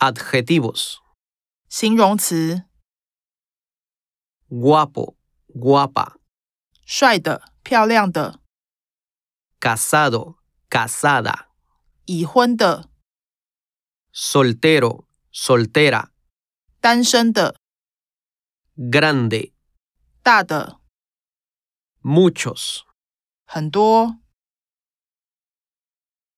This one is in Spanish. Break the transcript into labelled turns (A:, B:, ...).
A: Adjetivos.
B: 形容词：
A: Guapo, guapa.
B: 帅的、漂亮的、
A: Casado, casada.
B: 已婚的、
A: Soltero, soltera.
B: 单身的、
A: Grande.
B: 大的、
A: Muchos.
B: 很多、